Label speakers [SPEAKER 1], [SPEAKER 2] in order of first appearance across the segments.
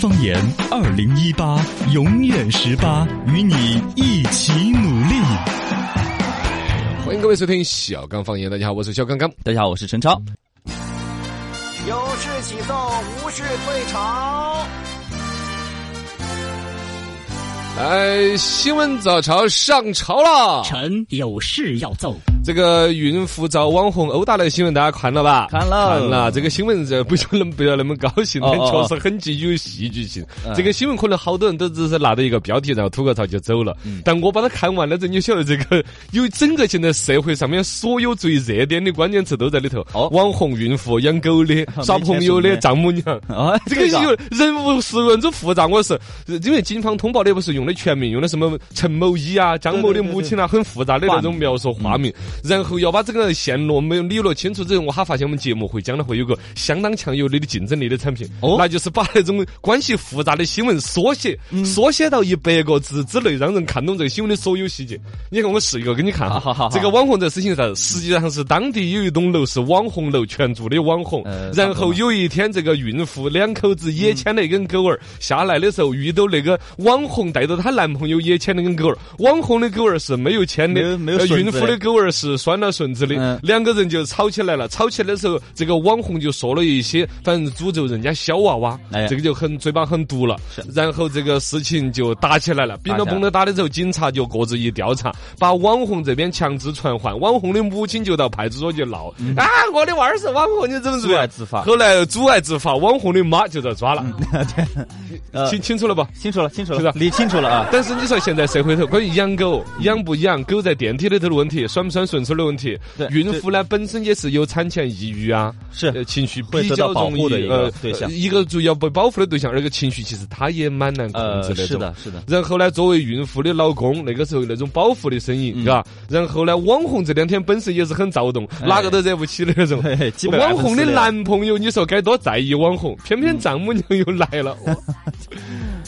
[SPEAKER 1] 方言二零一八永远十八，与你一起努力。
[SPEAKER 2] 欢迎各位收听小刚方言，大家好，我是小刚刚。
[SPEAKER 3] 大家好，我是陈超。
[SPEAKER 4] 有事起奏，无事退朝。
[SPEAKER 2] 来，哎新闻早朝上朝了。
[SPEAKER 5] 臣有事要奏，
[SPEAKER 2] 这个孕妇遭网红殴打的新闻，大家看了吧？
[SPEAKER 3] 看了
[SPEAKER 2] 看了。这个新闻这不就能不要那么高兴，但
[SPEAKER 3] 哦哦哦
[SPEAKER 2] 确实很具有戏剧性。
[SPEAKER 3] 哎
[SPEAKER 2] 这个新闻可能好多人都只是拿到一个标题，然后吐个槽就走了。
[SPEAKER 3] 嗯
[SPEAKER 2] 但我把它看完了之后，你就晓得这个有整个现在社会上面所有最热点的关键词都在里头
[SPEAKER 3] 哦。
[SPEAKER 2] 网红、孕妇、养狗的、耍朋友
[SPEAKER 3] 没
[SPEAKER 2] 的、
[SPEAKER 3] 钱
[SPEAKER 2] 丈母娘。
[SPEAKER 3] 啊，
[SPEAKER 2] 这个有人无是人之复杂，我是因为警方通报的不是用的全名，用的什么陈某一啊、张某的母亲啊，很复杂的那种描述化名，
[SPEAKER 3] 嗯
[SPEAKER 2] 然后要把这个线路没有理络清楚之后，我哈发现我们节目会将来会有个相当强有力的竞争力的产品，
[SPEAKER 3] 哦
[SPEAKER 2] 那就是把那种关系复杂的新闻缩写
[SPEAKER 3] 嗯
[SPEAKER 2] 缩写到一百个字之内，让人看懂这个新闻的所有细节。你看，我试一个给你看哈，
[SPEAKER 3] 好好好
[SPEAKER 2] 这个网红这事情上，实际上是当地有一栋楼是网红楼，全住的网红
[SPEAKER 3] 呃，
[SPEAKER 2] 然后有一天，这个孕妇两口子也牵了一根狗儿，下来的时候遇到那个网红带着她男朋友也牵了根狗儿，网红的狗儿是没有牵的
[SPEAKER 3] 没有，没有
[SPEAKER 2] 呃
[SPEAKER 3] 绳
[SPEAKER 2] 孕
[SPEAKER 3] 子
[SPEAKER 2] 妇的
[SPEAKER 3] 的
[SPEAKER 2] 狗儿是拴了绳子的
[SPEAKER 3] 嗯，
[SPEAKER 2] 两个人就吵起来了。吵起来的时候，这个网红就说了一些，反正诅咒人家小娃娃
[SPEAKER 3] 哎，呀
[SPEAKER 2] 这个就很嘴巴很毒了。然后这个事情就打起来了，乒了
[SPEAKER 3] 打起
[SPEAKER 2] 乓
[SPEAKER 3] 来
[SPEAKER 2] 的打的时候，警察就各自一调查，把网红这边强制传唤，网红的母亲就到派出所去闹，
[SPEAKER 3] 嗯
[SPEAKER 2] 啊，我的娃儿是网红，你怎么怎
[SPEAKER 3] 阻
[SPEAKER 2] 么
[SPEAKER 3] 碍
[SPEAKER 2] 样？
[SPEAKER 3] 执法。
[SPEAKER 2] 后来阻碍执法，网红的妈就遭抓了，
[SPEAKER 3] 嗯呃
[SPEAKER 2] 清清楚了吧？
[SPEAKER 3] 清楚了，清楚
[SPEAKER 2] 是的
[SPEAKER 3] 了，理清楚了 啊。
[SPEAKER 2] 但是你说现在社会头关于养狗、养不养、狗在电梯里头的问题、拴不拴顺手的问题
[SPEAKER 3] 对，
[SPEAKER 2] 孕妇呢本身也是有产前抑郁啊，
[SPEAKER 3] 是
[SPEAKER 2] 呃情绪
[SPEAKER 3] 会
[SPEAKER 2] 比
[SPEAKER 3] 得
[SPEAKER 2] 较
[SPEAKER 3] 到保
[SPEAKER 2] 容易
[SPEAKER 3] 护的一个
[SPEAKER 2] 呃
[SPEAKER 3] 对象
[SPEAKER 2] 呃一个主要被保护的对象，二个情绪其实她也蛮难控制
[SPEAKER 3] 呃，
[SPEAKER 2] 那
[SPEAKER 3] 是
[SPEAKER 2] 种。
[SPEAKER 3] 的，是的，
[SPEAKER 2] 然后呢，作为孕妇的老公，那个时候那种保护的声音，嘎、然后呢，网红这两天本身也是很躁动，哪个都惹不起的那 种
[SPEAKER 3] 嘿嘿基。本
[SPEAKER 2] 网红的
[SPEAKER 3] 100%
[SPEAKER 2] 男朋友，你说该多在意网红，偏偏丈母娘又来 了。哇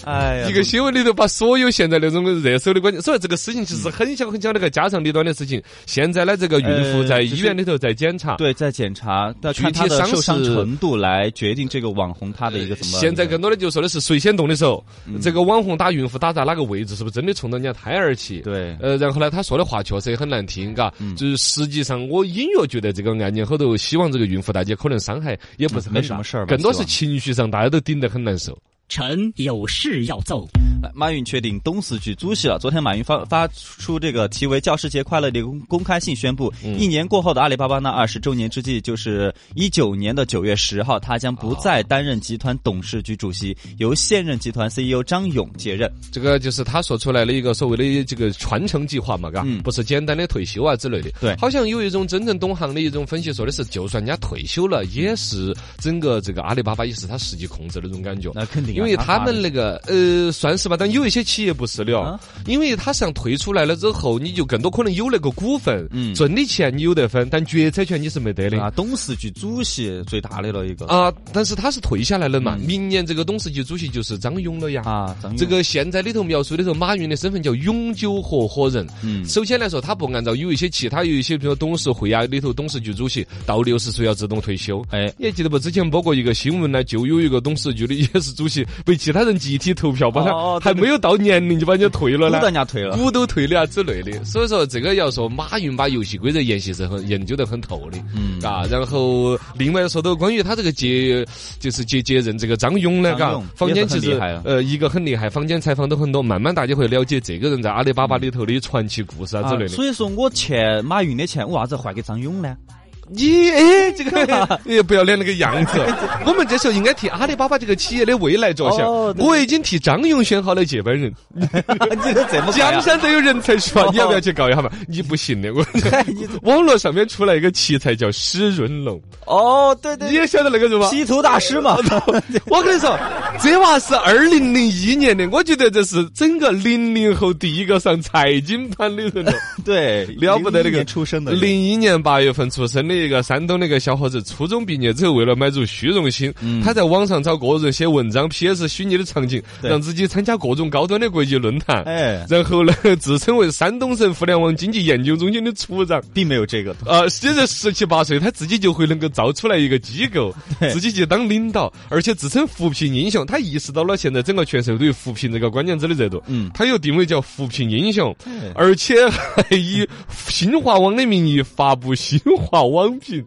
[SPEAKER 3] 哎 呀
[SPEAKER 2] 一个新闻里头把所有现在那种热搜的关键，所以这个事情其实很小很小的个家长里短的事情。 哎现在呢，这个孕妇
[SPEAKER 3] 呃
[SPEAKER 2] 在
[SPEAKER 3] 就是
[SPEAKER 2] 医院里头在检查。
[SPEAKER 3] 对，在检查，那
[SPEAKER 2] 具
[SPEAKER 3] 看
[SPEAKER 2] 体
[SPEAKER 3] 他的
[SPEAKER 2] 伤
[SPEAKER 3] 受伤
[SPEAKER 2] 势
[SPEAKER 3] 程度来决定这个网红他的一个怎么。
[SPEAKER 2] 呃现在更多的就说的是谁先动的手，这个网红打孕妇打在哪个位置，是不是真的冲着人家胎儿去？
[SPEAKER 3] 对
[SPEAKER 2] 呃，然后呢，他说的话确实也很难听，嘎。
[SPEAKER 3] 嗯
[SPEAKER 2] 就是实际上，我隐约觉得这个案件后头，希望这个孕妇大姐可能伤害也不是很
[SPEAKER 3] 没
[SPEAKER 2] 大
[SPEAKER 3] 什么事儿吧
[SPEAKER 2] 更多是
[SPEAKER 3] 希望
[SPEAKER 2] 情绪上大家都顶得很难受。
[SPEAKER 5] 臣有事要奏，
[SPEAKER 3] 来马云确定东四局主席了。啊昨天马云发发出这个题为“教师节快乐”的公公开信宣布，一年过后的阿里巴巴呢，二十周年之际，就是一九年的九月十号，他将不再担任集团董事局主席，由现任集团 CEO 张勇接任。
[SPEAKER 2] 这个就是他说出来的一个所谓的这个传承计划嘛，嘎、
[SPEAKER 3] 嗯
[SPEAKER 2] 不是简单的退休啊之类的。
[SPEAKER 3] 对
[SPEAKER 2] 好像有一种真正懂行的一种分析，说的是，就算人家退休了，也是整个这个阿里巴巴也是他实际控制的那种感觉。
[SPEAKER 3] 那肯定啊，
[SPEAKER 2] 因为他们
[SPEAKER 3] 的
[SPEAKER 2] 那个呃，算是吧，但有一些企业不是了
[SPEAKER 3] 啊，
[SPEAKER 2] 因为他像退出来了之后，你就更多可能有那个股份，
[SPEAKER 3] 嗯
[SPEAKER 2] 挣的钱你有得分，但决策权你是没得的。
[SPEAKER 3] 啊，董事局主席最大的了一个
[SPEAKER 2] 啊，但是他是退下来了嘛，明年这个董事局主席就是张勇了呀。
[SPEAKER 3] 嗯啊，张勇
[SPEAKER 2] 这个现在里头描述里头，马云的身份叫永久合伙人。
[SPEAKER 3] 嗯
[SPEAKER 2] 首先来说，他不按照有一些其他有一些，比如说董事会啊里头，董事局主席到六十岁要自动退休。
[SPEAKER 3] 哎，
[SPEAKER 2] 你还记得不？之前播过一个新闻呢，就有一个董事局的也是主席被其他人集体投票，把他
[SPEAKER 3] 哦
[SPEAKER 2] 还
[SPEAKER 3] 对对
[SPEAKER 2] 没有到年龄就把人家退了
[SPEAKER 3] 不
[SPEAKER 2] 呢
[SPEAKER 3] 到。人家退了。
[SPEAKER 2] 股都退了啊之类的，所以说这个要说马云把游戏规则研习是很研究得很透的，
[SPEAKER 3] 嗯
[SPEAKER 2] 啊，然后另外说到关于他这个接就是接接任这个张勇呢，
[SPEAKER 3] 张
[SPEAKER 2] 嘎
[SPEAKER 3] 勇，
[SPEAKER 2] 坊间
[SPEAKER 3] 也是
[SPEAKER 2] 其
[SPEAKER 3] 很
[SPEAKER 2] 实
[SPEAKER 3] 厉害啊
[SPEAKER 2] 呃一个很厉害，坊间采访都很多，慢慢大家会了解这个人在阿里巴巴里头的传奇故事啊之类的。
[SPEAKER 3] 所以说我欠马云的钱，我为啥子还给张勇呢？
[SPEAKER 2] 你哎，这个 也不要脸那个样 子。我们这时候应该替阿里巴巴这个企业的未来着想
[SPEAKER 3] 哦。对
[SPEAKER 2] 我已经替张勇选好了接班人，
[SPEAKER 3] 这个 怎么哎搞呀
[SPEAKER 2] 江山都有人才是吧？
[SPEAKER 3] 哦
[SPEAKER 2] 你要不要去搞一下嘛？ 你不行的，我
[SPEAKER 3] 你怎
[SPEAKER 2] 网络上面出来一个奇才叫施润龙，
[SPEAKER 3] 哦，对对
[SPEAKER 2] 你也晓得那个人吗？
[SPEAKER 3] 劈头大师嘛，
[SPEAKER 2] 我跟你说，这娃是二零零一年的，我觉得这是整个零零后第一个上财经班的人了。
[SPEAKER 3] 对，
[SPEAKER 2] 了不得那
[SPEAKER 3] 01
[SPEAKER 2] 个
[SPEAKER 3] 年出生的人，
[SPEAKER 2] 零一年八月份出生的一个山东那个小伙子，初中毕业之后，为了满足虚荣心，
[SPEAKER 3] 嗯
[SPEAKER 2] 他在网上找个人写文章、PS 虚拟的场景，
[SPEAKER 3] 对
[SPEAKER 2] 让自己参加各种高端的国际论坛。
[SPEAKER 3] 哎
[SPEAKER 2] 然后呢， 自称为山东省互联网经济研究中心的处长。
[SPEAKER 3] 并没有这个。
[SPEAKER 2] 呃，接着十七八岁， 他自己就会能够造出来一个机构，自己去当领导，而且自称扶贫英雄。他意识到了现在整个全社会对于扶贫这个关键字的热度，
[SPEAKER 3] 嗯
[SPEAKER 2] 他有定位叫扶贫英雄，而且还以新华网的名义发布新华网 评，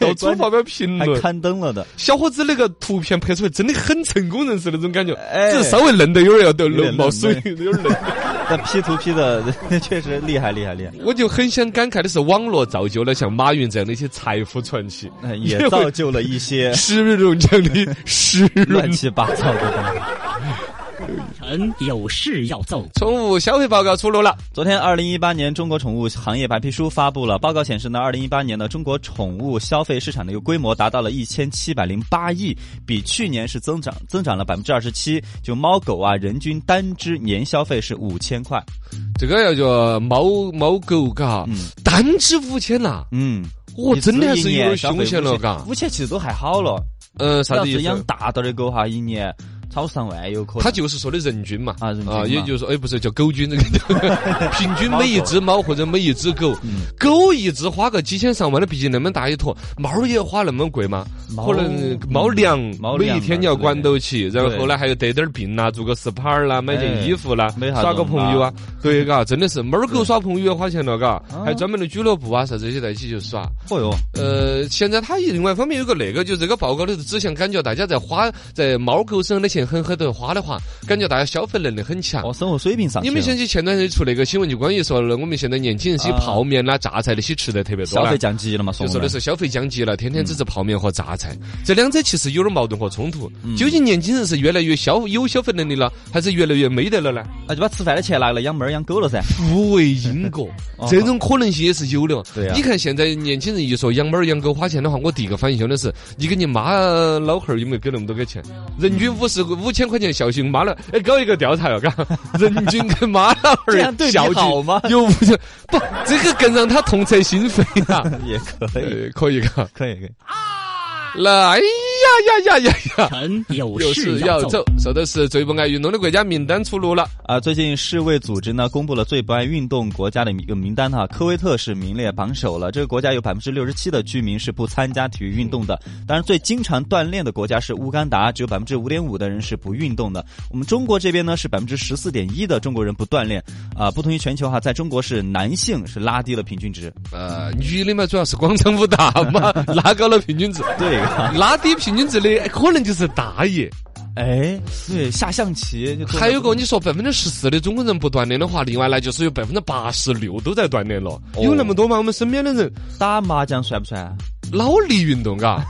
[SPEAKER 2] 到处发表评
[SPEAKER 3] 还
[SPEAKER 2] 论。
[SPEAKER 3] 刊登了的，
[SPEAKER 2] 小伙子那个图片拍出来真的很成功人士那种感觉，
[SPEAKER 3] 哎
[SPEAKER 2] 只是稍微嫩的有点要得
[SPEAKER 3] 有点
[SPEAKER 2] 漏冒水，
[SPEAKER 3] 嫩
[SPEAKER 2] 有点嫩。
[SPEAKER 3] 那 P 图 P 的 确实厉害厉 害厉害，
[SPEAKER 2] 我就很想感慨的是，网络造就了像马云这样的一些财富传奇，
[SPEAKER 3] 哎也造就了一些
[SPEAKER 2] 石润这样的石
[SPEAKER 3] 乱
[SPEAKER 2] 润。
[SPEAKER 3] 七八糟的东西。
[SPEAKER 5] 臣有事要奏。
[SPEAKER 2] 宠物消费报告出炉了，
[SPEAKER 3] 昨天，二零一八年中国宠物行业白皮书发布了。报告显示呢，二零一八年呢，中国宠物消费市场的一个规模达到了一千七百零八亿，比去年是增长增长了百分之二十七。就猫狗啊，人均单只年消费是五千块。
[SPEAKER 2] 这个要叫猫猫狗嘎，单只五千呐，
[SPEAKER 3] 嗯，
[SPEAKER 2] 我
[SPEAKER 3] 你
[SPEAKER 2] 真的还
[SPEAKER 3] 只
[SPEAKER 2] 是
[SPEAKER 3] 一
[SPEAKER 2] 有
[SPEAKER 3] 年
[SPEAKER 2] 点
[SPEAKER 3] 消
[SPEAKER 2] 凶
[SPEAKER 3] 费
[SPEAKER 2] 险了
[SPEAKER 3] 5000
[SPEAKER 2] 嘎。
[SPEAKER 3] 五千其实都还好了。
[SPEAKER 2] 呃，啥
[SPEAKER 3] 要
[SPEAKER 2] 子意
[SPEAKER 3] 是养
[SPEAKER 2] 思？
[SPEAKER 3] 大点的狗哈，一年超上万有可能。
[SPEAKER 2] 他就是说的人均嘛，
[SPEAKER 3] 啊人均嘛
[SPEAKER 2] 也就是说，哎，不是叫狗均这 个，平均每一只猫或者每一只狗，狗一只花个几千上万的，毕竟那么大一坨，猫也花那么贵吗？
[SPEAKER 3] 猫
[SPEAKER 2] 可能猫粮
[SPEAKER 3] 猫
[SPEAKER 2] 每
[SPEAKER 3] 粮
[SPEAKER 2] 一天
[SPEAKER 3] 嘛
[SPEAKER 2] 你要
[SPEAKER 3] 对
[SPEAKER 2] 管到起，然
[SPEAKER 3] 对
[SPEAKER 2] 后呢还要得点儿病啦，做个 SPA 啦，买件
[SPEAKER 3] 哎
[SPEAKER 2] 衣服啦
[SPEAKER 3] 没，啥
[SPEAKER 2] 耍个
[SPEAKER 3] 用
[SPEAKER 2] 朋友
[SPEAKER 3] 吧
[SPEAKER 2] 啊，对嘎，真的是猫儿狗耍朋友要花钱了嘎，还专门的俱乐部啊啥这些在一起去耍。
[SPEAKER 3] 哦哟，
[SPEAKER 2] 呃，现在它另外一方面有个那个，就这个报告里头指向感觉大家在花在猫狗身上的钱狠狠的花的话，感觉大家消费能力很强。
[SPEAKER 3] 哦，生活水平上去
[SPEAKER 2] 你
[SPEAKER 3] 了。
[SPEAKER 2] 们想起前段时间出那个新闻，就关于说了我们现在年轻人些
[SPEAKER 3] 啊
[SPEAKER 2] 泡面啦、榨菜那些吃的特别多
[SPEAKER 3] 消
[SPEAKER 2] 啦
[SPEAKER 3] 费。降级了嘛？
[SPEAKER 2] 就说的
[SPEAKER 3] 是
[SPEAKER 2] 是消费降级了，天天只吃泡面和榨菜，这两者其实有点矛盾和冲突。
[SPEAKER 3] 嗯
[SPEAKER 2] 究竟年轻人是越来越消有消费能力了，还是越来越没得了呢？
[SPEAKER 3] 啊，就把吃饭的钱拿来养猫儿养狗 了噻。
[SPEAKER 2] 不为因果
[SPEAKER 3] 哦，
[SPEAKER 2] 这种可能性也是有的。
[SPEAKER 3] 对啊
[SPEAKER 2] 你看现在年轻人一说养猫儿养狗花钱的话，我第一个反应想的是，你给你妈呃老汉儿有没有给那么多个钱？人均五十五千块钱孝敬妈老，哎，搞一个调查哟， 嘎，人均跟妈老
[SPEAKER 3] 这
[SPEAKER 2] 汉
[SPEAKER 3] 样对
[SPEAKER 2] 儿
[SPEAKER 3] 你
[SPEAKER 2] 孝
[SPEAKER 3] 好
[SPEAKER 2] 敬
[SPEAKER 3] 吗
[SPEAKER 2] 有五千，不，这个更让他痛彻心扉啊！
[SPEAKER 3] 也可以，
[SPEAKER 2] 呃，可以嘎，
[SPEAKER 3] 可以，可以。
[SPEAKER 2] 来哎呀呀呀呀呀！
[SPEAKER 5] 臣有
[SPEAKER 2] 有
[SPEAKER 5] 事
[SPEAKER 2] 事
[SPEAKER 5] 要
[SPEAKER 2] 要
[SPEAKER 5] 奏
[SPEAKER 2] 奏。，说的是最不爱运动的国家名单出炉了。
[SPEAKER 3] 啊，最近世卫组织呢公布了最不爱运动国家的一个名单哈，科威特是名列榜首了。这个国家有百分之六十七的居民是不参加体育运动的。当然，最经常锻炼的国家是乌干达，只有百分之五点五的人是不运动的。我们中国这边呢是百分之十四点一的中国人不锻炼啊，不同于全球哈，在中国是男性是拉低了平均值。
[SPEAKER 2] 呃，女的嘛，主要是广场舞大妈 拉高了平均值，
[SPEAKER 3] 对啊，
[SPEAKER 2] 拉低平均值的可能就是大爷。
[SPEAKER 3] 哎，对，下象棋就
[SPEAKER 2] 还有个，你说百分之十四的中国人不锻炼的话，另外呢，就是有百分之八十六都在锻炼了，有那么多吗？我们身边的人
[SPEAKER 3] 打麻将算不算啊？
[SPEAKER 2] 脑力运动， 嘎，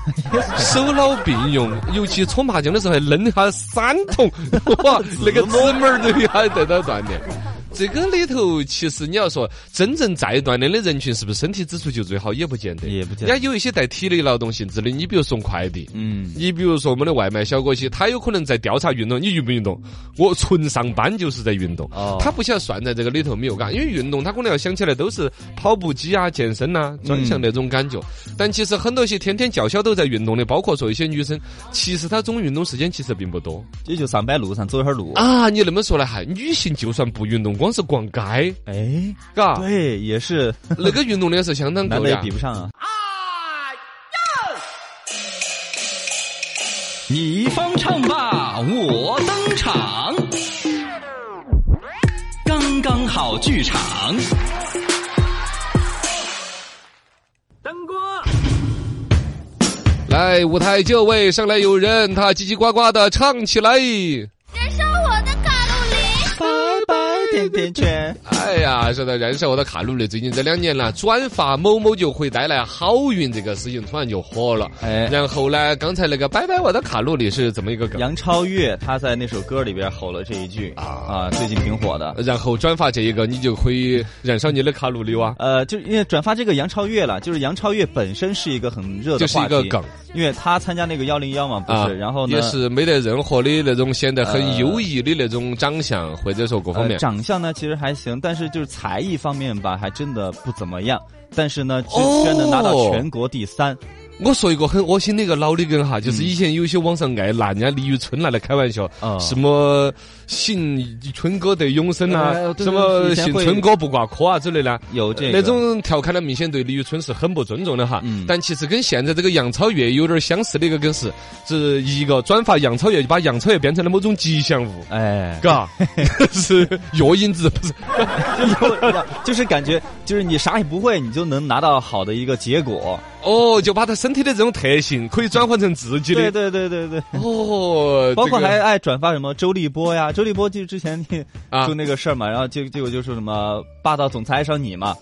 [SPEAKER 2] 手脑并用，尤其搓麻将的时候还扔下三筒， 哇，那个指拇儿都还在那锻炼。这个里头，其实你要说真正在锻炼的人群，是不是身体指数就最好？也不见得，
[SPEAKER 3] 也不见
[SPEAKER 2] 人家
[SPEAKER 3] 得
[SPEAKER 2] 有一些带体力劳动性质的，你比如送快递，
[SPEAKER 3] 嗯，
[SPEAKER 2] 你比如说我们的外卖小哥些，他有可能在调查运动，你运不运动？我纯上班就是在运动，
[SPEAKER 3] 哦
[SPEAKER 2] 他不晓得算在这个里头没有嘎，因为运动他可能要想起来都是跑步机啊、健身呐、专
[SPEAKER 3] 嗯
[SPEAKER 2] 项那种感觉。但其实很多些天天叫嚣都在运动的，包括说一些女生，其实她总运动时间其实并不多
[SPEAKER 3] 也就上班路上走一会儿路。
[SPEAKER 2] 啊。你那么说来还，女性就算不运动，光是逛街，
[SPEAKER 3] 哎，
[SPEAKER 2] 嘎，
[SPEAKER 3] 对，也是，
[SPEAKER 2] 那个运动量是相当
[SPEAKER 3] 男
[SPEAKER 2] 够的
[SPEAKER 3] 的也
[SPEAKER 2] 啊
[SPEAKER 3] 比。不上啊。你方唱罢我登场，刚刚好剧场。
[SPEAKER 2] 来，舞台就位，上来有人，他叽叽呱呱的唱起来。
[SPEAKER 6] 燃烧我的卡路里。
[SPEAKER 3] 拜拜甜甜圈，
[SPEAKER 2] 哎呀，说到燃烧我的卡路里，最近这两年呢，转发某某就会带来好运这个事情突然就火了。
[SPEAKER 3] 哎
[SPEAKER 2] 然后呢，刚才那个拜拜我的卡路里是怎么一个梗？
[SPEAKER 3] 杨超越他在那首歌里边吼了这一句啊，最近挺火的。
[SPEAKER 2] 然后转发这一个，你就可以燃烧你的卡路里哇。
[SPEAKER 3] 呃，就因为转发这个杨超越了，就是杨超越本身是呃一个很热的
[SPEAKER 2] 就是一
[SPEAKER 3] 话题，
[SPEAKER 2] 个梗，啊
[SPEAKER 3] 因为他参加那个幺零幺嘛，不是，然后呢
[SPEAKER 2] 也是没得任何的那种显得很优异的那种长相，或者说各方面
[SPEAKER 3] 呃。长相呢其实还行，但是就是才艺方面吧，还真的不怎么样。但是呢，居居然能拿到
[SPEAKER 2] 哦
[SPEAKER 3] 全国第三，
[SPEAKER 2] 我说一个很恶心的一个老的梗哈，
[SPEAKER 3] 嗯
[SPEAKER 2] 就是以前有些网上爱拿人家李宇春拿来开玩笑
[SPEAKER 3] 啊，
[SPEAKER 2] 什么信春哥得永生啊
[SPEAKER 3] 呃，对
[SPEAKER 2] 什么
[SPEAKER 3] 以前
[SPEAKER 2] 信
[SPEAKER 3] 会
[SPEAKER 2] 春哥不挂科啊之类的。
[SPEAKER 3] 有这个
[SPEAKER 2] 那种调侃呢，明显对李宇春是很不尊重的哈
[SPEAKER 3] 嗯。
[SPEAKER 2] 但其实跟现在这个杨超越有点相似的一个梗是，是一个转发杨超越，就把杨超越变成了某种吉祥物。
[SPEAKER 3] 哎，
[SPEAKER 2] 嘎， 是药引子，不是？
[SPEAKER 3] 就是 感觉就是你啥也不会，你就能拿到好的一个结果。
[SPEAKER 2] 哦，就把他身体的这种特性可以转换成自己
[SPEAKER 3] 对
[SPEAKER 2] 的。
[SPEAKER 3] 对对对对。
[SPEAKER 2] 哦，
[SPEAKER 3] 包括
[SPEAKER 2] 这个
[SPEAKER 3] 还爱转发什么周立波呀， 周立波就之前那
[SPEAKER 2] 啊
[SPEAKER 3] 就那个事儿嘛，然后结结果就说什么霸道总裁爱上你嘛，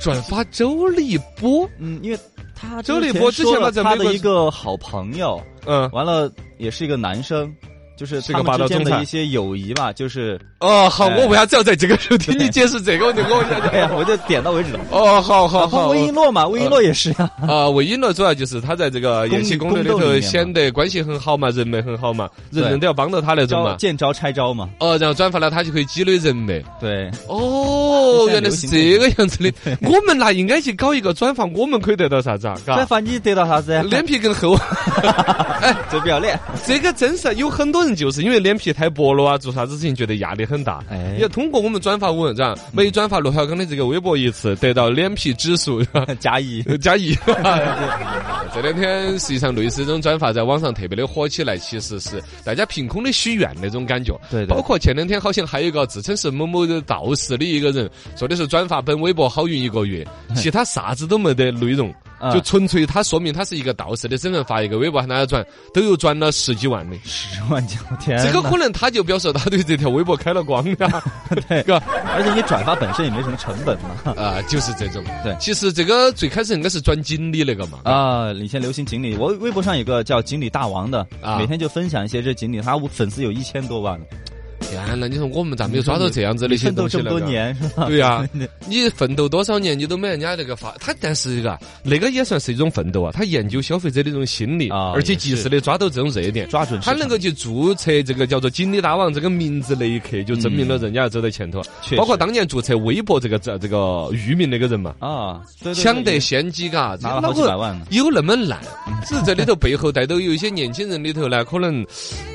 [SPEAKER 2] 转发周立波，
[SPEAKER 3] 嗯，因为他
[SPEAKER 2] 周立波之前
[SPEAKER 3] 说了
[SPEAKER 2] 吧在
[SPEAKER 3] 他
[SPEAKER 2] 美国
[SPEAKER 3] 的一个好朋友，
[SPEAKER 2] 嗯，
[SPEAKER 3] 完了也是一个男生，就是
[SPEAKER 2] 是
[SPEAKER 3] 他
[SPEAKER 2] 个霸
[SPEAKER 3] 们
[SPEAKER 2] 道
[SPEAKER 3] 之
[SPEAKER 2] 总
[SPEAKER 3] 间
[SPEAKER 2] 裁
[SPEAKER 3] 的一些友谊嘛，就是
[SPEAKER 2] 哦，好，
[SPEAKER 3] 哎
[SPEAKER 2] 我为啥子要在这个时候听你解释这个问题？我想
[SPEAKER 3] 哎
[SPEAKER 2] 想，
[SPEAKER 3] 呀，我就点到为止 了。
[SPEAKER 2] 哦，好好
[SPEAKER 3] 包括
[SPEAKER 2] 好。
[SPEAKER 3] 魏璎珞
[SPEAKER 2] 呃
[SPEAKER 3] 嘛，魏璎珞也是呀，
[SPEAKER 2] 啊，魏璎珞主要就是她在这个《延禧攻略》里
[SPEAKER 3] 宫斗
[SPEAKER 2] 头
[SPEAKER 3] 里面嘛
[SPEAKER 2] 显得关系很好嘛，人脉很好嘛，人
[SPEAKER 3] 对
[SPEAKER 2] 人都要帮到她那种
[SPEAKER 3] 招
[SPEAKER 2] 嘛。
[SPEAKER 3] 见招拆招嘛，
[SPEAKER 2] 哦，然后转发了，她就可以积累人脉。
[SPEAKER 3] 对，
[SPEAKER 2] 哦，
[SPEAKER 3] 现在
[SPEAKER 2] 原来
[SPEAKER 3] 流
[SPEAKER 2] 是
[SPEAKER 3] 行
[SPEAKER 2] 这个样子的。 我们那应该去搞一个转发，我们可以得到啥子啊？
[SPEAKER 3] 再
[SPEAKER 2] 嘎，
[SPEAKER 3] 发你得到啥子呀？
[SPEAKER 2] 脸皮更厚。哎，
[SPEAKER 3] 最不要脸，
[SPEAKER 2] 这个真是有很多人就是因为脸皮太薄了啊，做啥子事情觉得压力很大。
[SPEAKER 3] 哎
[SPEAKER 2] 要通过我们转发文章，每转发罗小刚的这个微博一次，得到脸皮指数
[SPEAKER 3] 加一，
[SPEAKER 2] 加一。 这两天实际上类似这种转发在网上特别的火起来，其实是大家凭空的许愿那种感觉。
[SPEAKER 3] 对对
[SPEAKER 2] 包括前两天好像还有一个自称是某某的道士的一个人，说的是转发本微博好运一个月， 其他啥子都没得内容。
[SPEAKER 3] 啊
[SPEAKER 2] 就纯粹他说明他是一个道士的身份发一个微博，喊大家转，都有转了十几万的。
[SPEAKER 3] 十万九天哪，
[SPEAKER 2] 这个可能他就表示他对这条微博开了光 呀，
[SPEAKER 3] 对
[SPEAKER 2] 是吧？
[SPEAKER 3] 而且你转发本身也没什么成本嘛。
[SPEAKER 2] 啊，就是这种。
[SPEAKER 3] 对
[SPEAKER 2] 其实这个最开始应该是转锦鲤那个嘛。
[SPEAKER 3] 啊，以前流行锦鲤，我微博上有个叫锦鲤大王的，
[SPEAKER 2] 啊
[SPEAKER 3] 每天就分享一些这锦鲤，他粉丝有一千多万，
[SPEAKER 2] 天呐，你说我们咋没有抓到这样子的一些
[SPEAKER 3] 奋斗
[SPEAKER 2] 东西
[SPEAKER 3] 这么
[SPEAKER 2] 来
[SPEAKER 3] 多
[SPEAKER 2] 呢？
[SPEAKER 3] 年是吧？
[SPEAKER 2] 对呀、 你奋斗多少年，你都没人家那个发他，但是啊，那个也算是一种奋斗啊。他研究消费者的这种心理，
[SPEAKER 3] 啊
[SPEAKER 2] 而且
[SPEAKER 3] 也
[SPEAKER 2] 及
[SPEAKER 3] 是
[SPEAKER 2] 时的抓到这种热点，
[SPEAKER 3] 抓准市
[SPEAKER 2] 他
[SPEAKER 3] 场
[SPEAKER 2] 能够去注册这个叫做“锦鲤大王”这个名字那一刻，就证明了人家走在前头。
[SPEAKER 3] 嗯确实
[SPEAKER 2] 包括当年注册微博这个这这个域名那个人嘛，
[SPEAKER 3] 啊，对对对
[SPEAKER 2] 抢得先机，嘎，
[SPEAKER 3] 拿了好几百万呢
[SPEAKER 2] 有那么 烂？只是这里头背后带头有一些年轻人里头呢，可能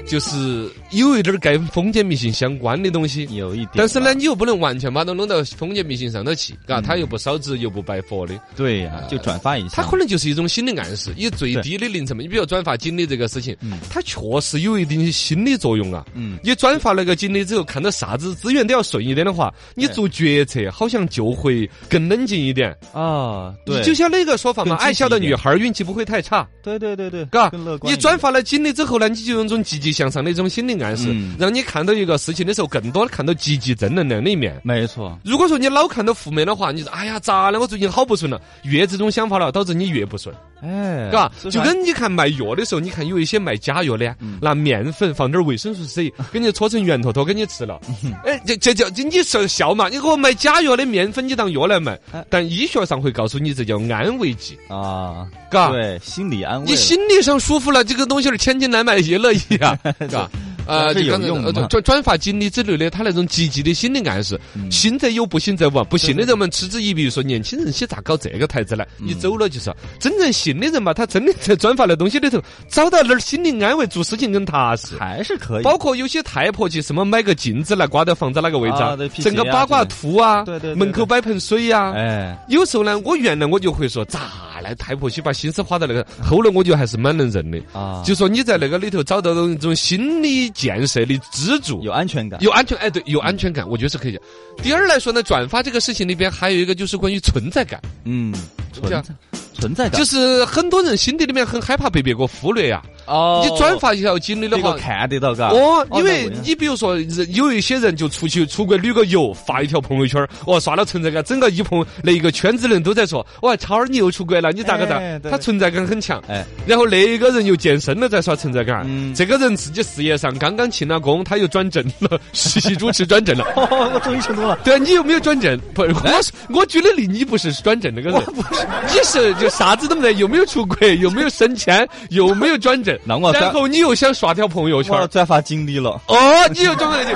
[SPEAKER 2] 就是有一点儿跟封建迷信相关的东西。
[SPEAKER 3] 有一点，
[SPEAKER 2] 但是呢，，你又不能完全把它弄到封建迷信上头去，
[SPEAKER 3] 嗯
[SPEAKER 2] 嘎，他又不烧纸，又不拜佛的，
[SPEAKER 3] 对呀、就转发一下，
[SPEAKER 2] 啊他可能就是一种心理暗示，以最低的零成本。你比如转发锦鲤这个事情，它确实有一定的心理作用啊。
[SPEAKER 3] 嗯
[SPEAKER 2] 你转发那个锦鲤之后，看到啥子资源都要顺一点的话，你
[SPEAKER 3] 对
[SPEAKER 2] 做决策好像就会更冷静一点。
[SPEAKER 3] 啊，
[SPEAKER 2] 你
[SPEAKER 3] 对，
[SPEAKER 2] 就像那个说法嘛，
[SPEAKER 3] 更积极
[SPEAKER 2] 爱笑的
[SPEAKER 3] 一点
[SPEAKER 2] 女孩儿运气不会太差，
[SPEAKER 3] 对对对对，
[SPEAKER 2] 嘎
[SPEAKER 3] 更乐。观
[SPEAKER 2] 你
[SPEAKER 3] 一点，
[SPEAKER 2] 转发了锦鲤之后呢，你就有一种积极向上的一种心理暗示
[SPEAKER 3] 嗯，
[SPEAKER 2] 让你看到一个事情的时候，更多地看到积极正能量的一面。
[SPEAKER 3] 没错，
[SPEAKER 2] 如果说你老看到负面的话，你说哎呀咋了？我最近好不顺了。越这种想法了，导致你越不顺，
[SPEAKER 3] 哎，
[SPEAKER 2] 嘎。
[SPEAKER 3] 所以
[SPEAKER 2] 就
[SPEAKER 3] 还
[SPEAKER 2] 跟你看卖药的时候，你看有一些卖假药的，
[SPEAKER 3] 嗯
[SPEAKER 2] 拿面粉放点维生素 C，给你搓成圆坨坨给你吃了。
[SPEAKER 3] 嗯
[SPEAKER 2] 哎，这这叫你说笑嘛？你给我买假药的面粉，你当药来卖
[SPEAKER 3] 哎？
[SPEAKER 2] 但医学上会告诉你这叫安慰剂，
[SPEAKER 3] 啊，
[SPEAKER 2] 嘎。
[SPEAKER 3] 对，心理安慰了，
[SPEAKER 2] 你心理上舒服了，这个东西儿千金难买也乐意 啊，是吧？呃，
[SPEAKER 3] 是
[SPEAKER 2] 就
[SPEAKER 3] 有
[SPEAKER 2] 刚才
[SPEAKER 3] 用的
[SPEAKER 2] 呃
[SPEAKER 3] 嘛
[SPEAKER 2] 转转发锦鲤之类的，他那种积极的心理暗示，
[SPEAKER 3] 嗯
[SPEAKER 2] 信则有，不信则无。不信的人们嗤之以鼻，说年轻人些咋搞这个台子呢？
[SPEAKER 3] 嗯
[SPEAKER 2] 你走了就是。啊真正信的人嘛，他真的在转发那东西里头找到点儿心理安慰，做事情更踏实。
[SPEAKER 3] 还是可以，
[SPEAKER 2] 包括有些太婆去什么买个镜子来挂到房子哪个位置
[SPEAKER 3] 啊对辟
[SPEAKER 2] 整个
[SPEAKER 3] 邪啊
[SPEAKER 2] 八卦
[SPEAKER 3] 之类的
[SPEAKER 2] 图啊，
[SPEAKER 3] 对对对
[SPEAKER 2] 门口摆盆水啊呀，
[SPEAKER 3] 哎。
[SPEAKER 2] 有时候呢，我原来我就会说咋来太婆去把心思花在那个，后来我就还是蛮能认的
[SPEAKER 3] 啊
[SPEAKER 2] 就说你在那个里头找到一种心理建设的支柱，
[SPEAKER 3] 有安嗯全感，
[SPEAKER 2] 有安全哎对，有安全感，我觉得是可以的。第二来说呢，转发这个事情里边还有一个就是关于存在感，
[SPEAKER 3] 嗯，存
[SPEAKER 2] 这样
[SPEAKER 3] 在存在感，
[SPEAKER 2] 就是很多人心底里面很害怕被别个忽略呀、
[SPEAKER 3] 哦
[SPEAKER 2] 你转发一条经历的
[SPEAKER 3] 这
[SPEAKER 2] 话
[SPEAKER 3] 个。看得到嘎，
[SPEAKER 2] 哦，
[SPEAKER 3] 哦
[SPEAKER 2] 因为
[SPEAKER 3] 那我
[SPEAKER 2] 你比如说，人有一些人就出去出国旅个游，发一条朋友圈儿，哦，刷了存在感，整个一朋那一个圈子人都在说，哇，超儿你又出国了，你咋个咋
[SPEAKER 3] 哎？对
[SPEAKER 2] 他存在感很强。
[SPEAKER 3] 哎，
[SPEAKER 2] 然后那一个人又健身了，再刷存在感。
[SPEAKER 3] 嗯
[SPEAKER 2] 这个人自己事业上刚刚请了工，他又转正了， 实习主持转正了。
[SPEAKER 3] 哦，我终于成功了。
[SPEAKER 2] 对啊，你有没有转正？不是，
[SPEAKER 3] 哎
[SPEAKER 2] 我是我举的例，你不是转正那个人，不是，你是就啥子都没得，有没有出轨，有没有升迁，有没有转正？
[SPEAKER 3] 难怪
[SPEAKER 2] 然
[SPEAKER 3] 转
[SPEAKER 2] 后你又想刷条朋友圈
[SPEAKER 3] 我
[SPEAKER 2] 儿，
[SPEAKER 3] 转发锦鲤了。
[SPEAKER 2] 哦，你又装不就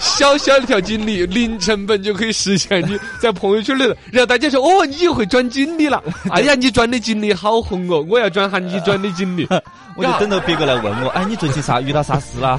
[SPEAKER 2] 小小一条锦鲤，零成本就可以实现你在朋友圈里了。然后大家说，哦，你又会转锦鲤了？哎呀，你转的锦鲤好红哦，我要转下你转的锦鲤。
[SPEAKER 3] 我就等到别个来问我，哎，你最近啥遇到啥事 啦？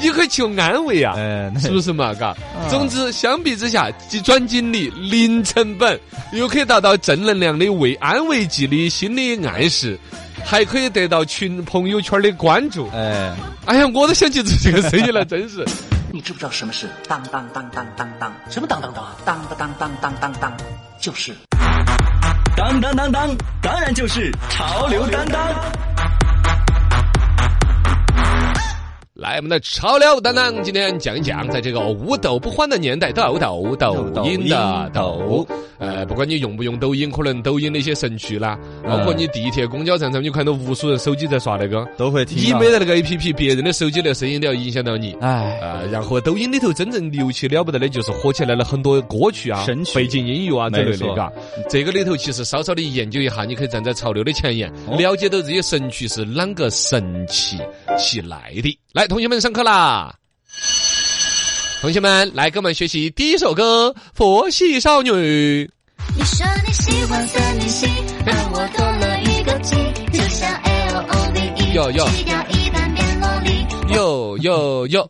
[SPEAKER 2] 你可以求安慰呀、
[SPEAKER 3] 哎，那
[SPEAKER 2] 是不是嘛？嘎，总之相比之下，既转锦鲤零成本，又可以达到正能量的慰安慰剂的心理暗示，还可以得到群朋友圈的关 注。
[SPEAKER 3] 哎，
[SPEAKER 2] 哎呀，我都想起做这个生意了，真是。
[SPEAKER 7] 你知不知道什么是当当当当当当？什么当当当啊？当当当当当当当，就是。
[SPEAKER 5] 当当当当，当然就是潮流担当。
[SPEAKER 2] 来，我们的潮流担当今天讲一讲，在这个无抖不欢的年代，抖抖抖音的抖，呃，不管你用不用抖音，可能抖音的一些神曲啦，包括你地铁、公交站上，你看到无数人手机在刷那个，
[SPEAKER 3] 都会听。
[SPEAKER 2] 你没得那个 A P P，别人的手机那声音都要影响到你。
[SPEAKER 3] 哎，
[SPEAKER 2] 呃，然后抖音里头真正牛气了不得的，就是火起来了很多歌曲啊、
[SPEAKER 3] 神曲
[SPEAKER 2] 背景音乐啊之类
[SPEAKER 3] 没
[SPEAKER 2] 的，
[SPEAKER 3] 错
[SPEAKER 2] 嘎。这个里头其实稍稍的研究一下，你可以站在潮流的前沿，
[SPEAKER 3] 哦
[SPEAKER 2] 了解到这些神曲是啷个神奇起来的。来，同学们上课啦！同学们，来跟我们学习第一首歌《佛系少女》。
[SPEAKER 6] 你说你喜欢三明治，而我多了一个 G，就像 L O V E，
[SPEAKER 2] 哟哟
[SPEAKER 6] 去掉一半变萝莉。
[SPEAKER 2] 哟哟哟！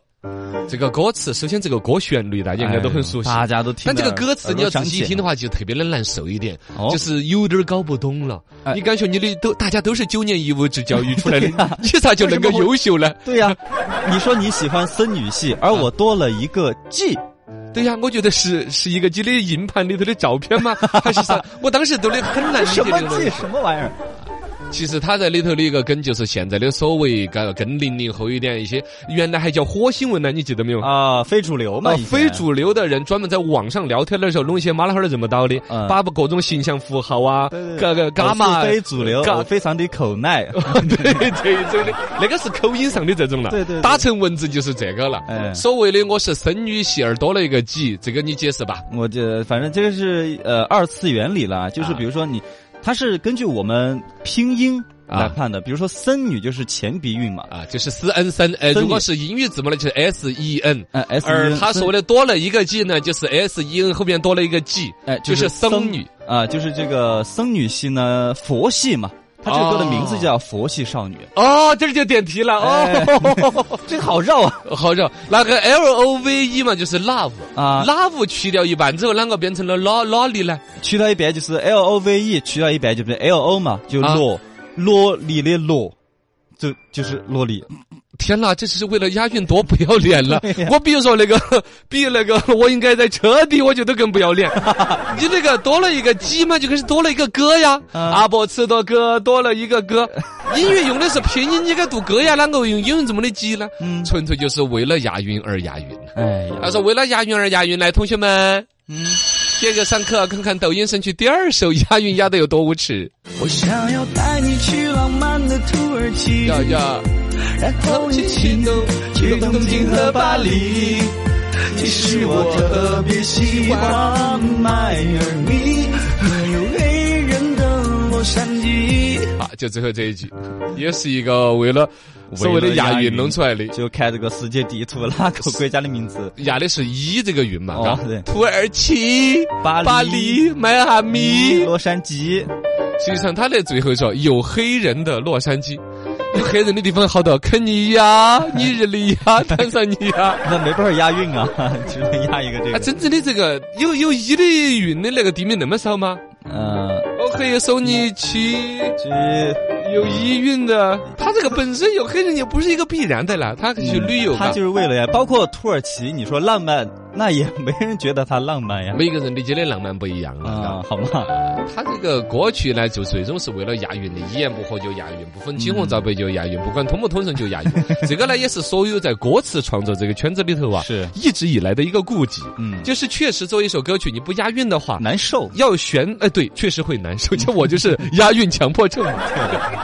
[SPEAKER 2] 这个歌词，首先这个歌旋律大家应该都很熟悉，
[SPEAKER 3] 哎
[SPEAKER 2] 啊
[SPEAKER 3] 大家都听
[SPEAKER 2] 但
[SPEAKER 3] 得
[SPEAKER 2] 这
[SPEAKER 3] 耳
[SPEAKER 2] 个歌
[SPEAKER 3] 朵响起。
[SPEAKER 2] 词你要仔细听的话，就特别的难受一点，
[SPEAKER 3] 哦
[SPEAKER 2] 就是有点儿搞不懂了。
[SPEAKER 3] 哎
[SPEAKER 2] 你感觉你的都大家都是九年义务制教育出 来的，你咋就能够优秀呢？
[SPEAKER 3] 对呀、你说你喜欢森女系，而我多了一个 G，
[SPEAKER 2] 对呀，我觉得是是一个你的硬盘里头的照片 吗？还是啥？我当时都得很难理解
[SPEAKER 3] 什么
[SPEAKER 2] 这个东
[SPEAKER 3] G
[SPEAKER 2] 西。
[SPEAKER 3] 什么玩意儿？
[SPEAKER 2] 其实他在里头的一个梗，就是现在的所谓跟跟零零后一点一些，原来还叫火星文呢，你记得没有？
[SPEAKER 3] 啊，非主流嘛，
[SPEAKER 2] 啊
[SPEAKER 3] 以，前
[SPEAKER 2] 非主流的人专门在网上聊天的时候弄一些马拉哈儿认不到的，
[SPEAKER 3] 嗯
[SPEAKER 2] 把各种形象符号啊
[SPEAKER 3] 对对，对
[SPEAKER 2] 各个伽马
[SPEAKER 3] 我是非主流，
[SPEAKER 2] 嘎
[SPEAKER 3] 我非常的口耐。
[SPEAKER 2] 对这一种的，那个是口音上的这种了。
[SPEAKER 3] 对对对
[SPEAKER 2] 打成文字就是这个了。
[SPEAKER 3] 哎
[SPEAKER 2] 所谓的我是生女媳而多了一个己，这个你解释吧。
[SPEAKER 3] 我这反正这个是呃二次元里了，啊就是比如说你，它是根据我们拼音来判的，比如说森女就是前鼻韵嘛，
[SPEAKER 2] 啊，就是 s n 三，呃，
[SPEAKER 3] 生
[SPEAKER 2] 如
[SPEAKER 3] 女
[SPEAKER 2] 果是英语字母呢，就是 s e n。
[SPEAKER 3] 呃 S，
[SPEAKER 2] 而他说的多了一个 g 呢，就是 s e n 后面多了一个 g，
[SPEAKER 3] 哎
[SPEAKER 2] 就是僧女
[SPEAKER 3] 啊，就是这个僧女系呢佛系嘛，它这个歌的名字叫佛系少女，
[SPEAKER 2] 哦，这儿就点题了
[SPEAKER 3] 哎
[SPEAKER 2] 哦，
[SPEAKER 3] 这个好绕啊，
[SPEAKER 2] 好绕。那个 L O V E 嘛，就是 love
[SPEAKER 3] 啊
[SPEAKER 2] love 去掉一半之后，啷个变成了 lo lo 里呢？
[SPEAKER 3] 去掉一边就是 L O V E，去掉一边就是 L O 嘛，就
[SPEAKER 2] 啊
[SPEAKER 3] 洛洛里的洛，就就是洛里，
[SPEAKER 2] 天呐，这是为了押韵多不要 脸了！我比如说那个， 比那个，我应该在车底，我觉得更不 要脸。你那个多了一个鸡嘛，就开始多了一个哥呀，
[SPEAKER 8] 嗯
[SPEAKER 2] 阿伯吃的哥多了一个 哥。音乐用的是拼音，你该读哥呀，啷个用英文这么的鸡呢？
[SPEAKER 3] 嗯
[SPEAKER 2] 纯粹就是为了押韵而押韵。
[SPEAKER 3] 哎呀，
[SPEAKER 2] 他说为了押韵而押韵，来，同学们，嗯，接着上课看看抖音神曲第二首押韵押的有多无耻。
[SPEAKER 8] 我想要带你去浪漫的土耳其，
[SPEAKER 2] 呀呀，
[SPEAKER 8] 然后一起
[SPEAKER 2] 启动
[SPEAKER 8] 去东京和巴黎。其实我特别喜欢迈阿密，还有黑人的洛杉矶。
[SPEAKER 2] 啊，就最后这一句，也是一个为了所谓的押韵弄出来的。
[SPEAKER 3] 就看这个世界地图哪个国家的名 字，
[SPEAKER 2] 押的是一这个韵嘛，
[SPEAKER 3] 哦
[SPEAKER 2] 嘎
[SPEAKER 3] 对
[SPEAKER 2] 土耳其、
[SPEAKER 3] 巴黎哦
[SPEAKER 2] 黎、迈阿密。
[SPEAKER 3] 洛杉矶，
[SPEAKER 2] 实际上，他在最后说有黑人的洛杉矶，有黑人的地方好多，肯尼亚、尼日利亚、坦桑尼亚。
[SPEAKER 3] 那没办法押韵啊， 只能押一个这
[SPEAKER 2] 啊，
[SPEAKER 3] 个，
[SPEAKER 2] 真正的这个有有一的韵的那个地名那么少吗？
[SPEAKER 3] 嗯，
[SPEAKER 2] 我可以送你去
[SPEAKER 3] 这。
[SPEAKER 2] 有一韵的，他这个本身有黑人也不是一个必然的啦，他可以去旅游
[SPEAKER 3] 嗯他
[SPEAKER 2] 吧。
[SPEAKER 3] 就是为了呀，包括土耳其，你说浪漫，那也没人觉得它浪漫呀，
[SPEAKER 2] 每个人理解的浪漫不一样了。嘎
[SPEAKER 3] 啊，好吗？
[SPEAKER 2] 他这个歌曲呢，就最终是为了押韵的，一言不合就押韵，不分青红皂白就押韵，不管通不通顺就 押韵。这个呢，也是所有在歌词创作这个圈子里头啊，
[SPEAKER 3] 是
[SPEAKER 2] 一直以来的一个痼疾。
[SPEAKER 3] 嗯
[SPEAKER 2] 就是确实作为一首歌曲，你不押韵的话，
[SPEAKER 3] 难受，
[SPEAKER 2] 要悬，哎，对，确实会难 受。就我就是押韵强迫症。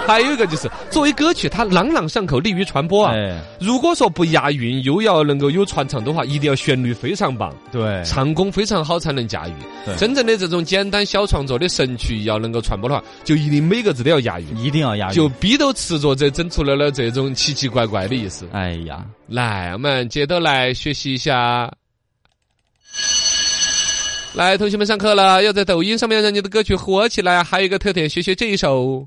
[SPEAKER 2] 还有一个就是，作为歌曲，它朗朗上口，利于传播啊。
[SPEAKER 3] 哎，
[SPEAKER 2] 如果说不押韵又要能够有传唱的话，一定要旋律非常常棒，
[SPEAKER 3] 对
[SPEAKER 2] 唱功非常好才能驾驭
[SPEAKER 3] 对。
[SPEAKER 2] 真正的这种简单小创作的神曲，要能够传播的话，就一定每个字都要押韵。
[SPEAKER 3] 一定要押韵。
[SPEAKER 2] 就逼到词作者整出来了这种奇奇怪怪的意思。
[SPEAKER 3] 哎呀，
[SPEAKER 2] 来，我们接着来学习一下。来，同学们上课了，要在抖音上面让你的歌曲火起来。还有一个特点，学学这一首。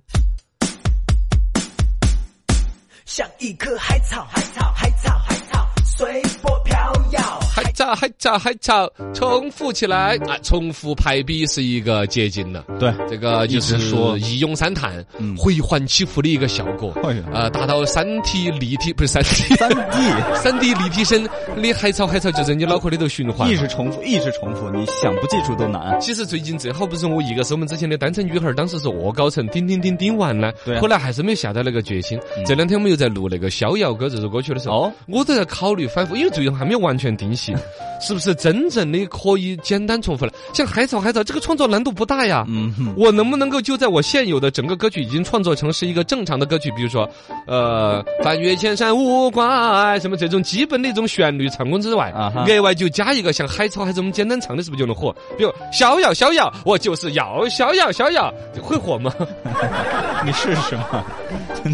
[SPEAKER 8] 像一棵海草，海草，海草，海草，随波飘摇。
[SPEAKER 2] 嗨吵嗨吵嗨吵，重复起来啊！重复排比是一个捷径了。
[SPEAKER 3] 对，
[SPEAKER 2] 这个就是
[SPEAKER 3] 一直说
[SPEAKER 2] 一咏三叹
[SPEAKER 3] 嗯、
[SPEAKER 2] 回环起伏的一个效果
[SPEAKER 3] 哎呀，
[SPEAKER 2] 呃，达到三体立体不是三体
[SPEAKER 3] 三 D
[SPEAKER 2] 三 D 立体声的海草海草，就是你脑壳里头循环
[SPEAKER 3] 一
[SPEAKER 2] 嘛。
[SPEAKER 3] 直重复，一直重复，你想不记住都难。
[SPEAKER 2] 其实最近这好不容易，一个是我们之前的单程女孩，当时是恶搞成顶顶顶顶完呢
[SPEAKER 3] 对，啊嗯
[SPEAKER 2] 后来还是没有下到那个决心。这两天我们又在录那个《逍遥歌》这首歌曲的时候
[SPEAKER 3] 哦，
[SPEAKER 2] 我都在考虑反复，因为最后还没有完全定型， 是不是真正的可以简单重复了？像海草海草这个创作难度不大呀，
[SPEAKER 3] 嗯哼，
[SPEAKER 2] 我能不能够就在我现有的整个歌曲已经创作成是一个正常的歌曲，比如说，呃，翻越千山无挂什么这种基本的一种旋律唱功之外
[SPEAKER 3] 啊哈，
[SPEAKER 2] 额外就加一个像海草还是我们简单唱的，是不是就能火？比如逍遥逍遥，我就是要逍遥逍遥，会火 吗？
[SPEAKER 3] 你试试嘛。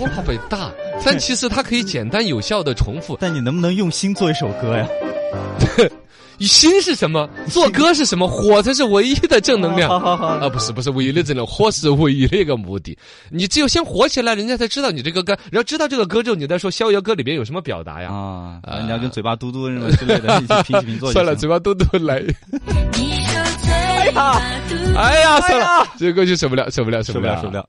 [SPEAKER 2] 我怕被打。 但其实它可以简单有效的重复。
[SPEAKER 3] 但你能不能用心做一首歌呀？
[SPEAKER 2] 心是什么？做歌是什么？火才是唯一的正能量。
[SPEAKER 3] 好好好
[SPEAKER 2] 啊，不是不是唯一的正能量，火是唯一的一个目的。你只有先火起来，人家才知道你这个歌，然后知道这个歌之后，你再说逍遥歌里边有什么表达呀？
[SPEAKER 3] 啊，你要跟嘴巴嘟嘟什么之类的一起平起平坐 就
[SPEAKER 2] 算
[SPEAKER 3] 行。
[SPEAKER 2] 了，嘴巴嘟嘟 来。哎
[SPEAKER 6] 你说嘴巴嘟
[SPEAKER 2] 哎呀，算了，这个歌就受不了，受不了，受
[SPEAKER 3] 受不了受不了。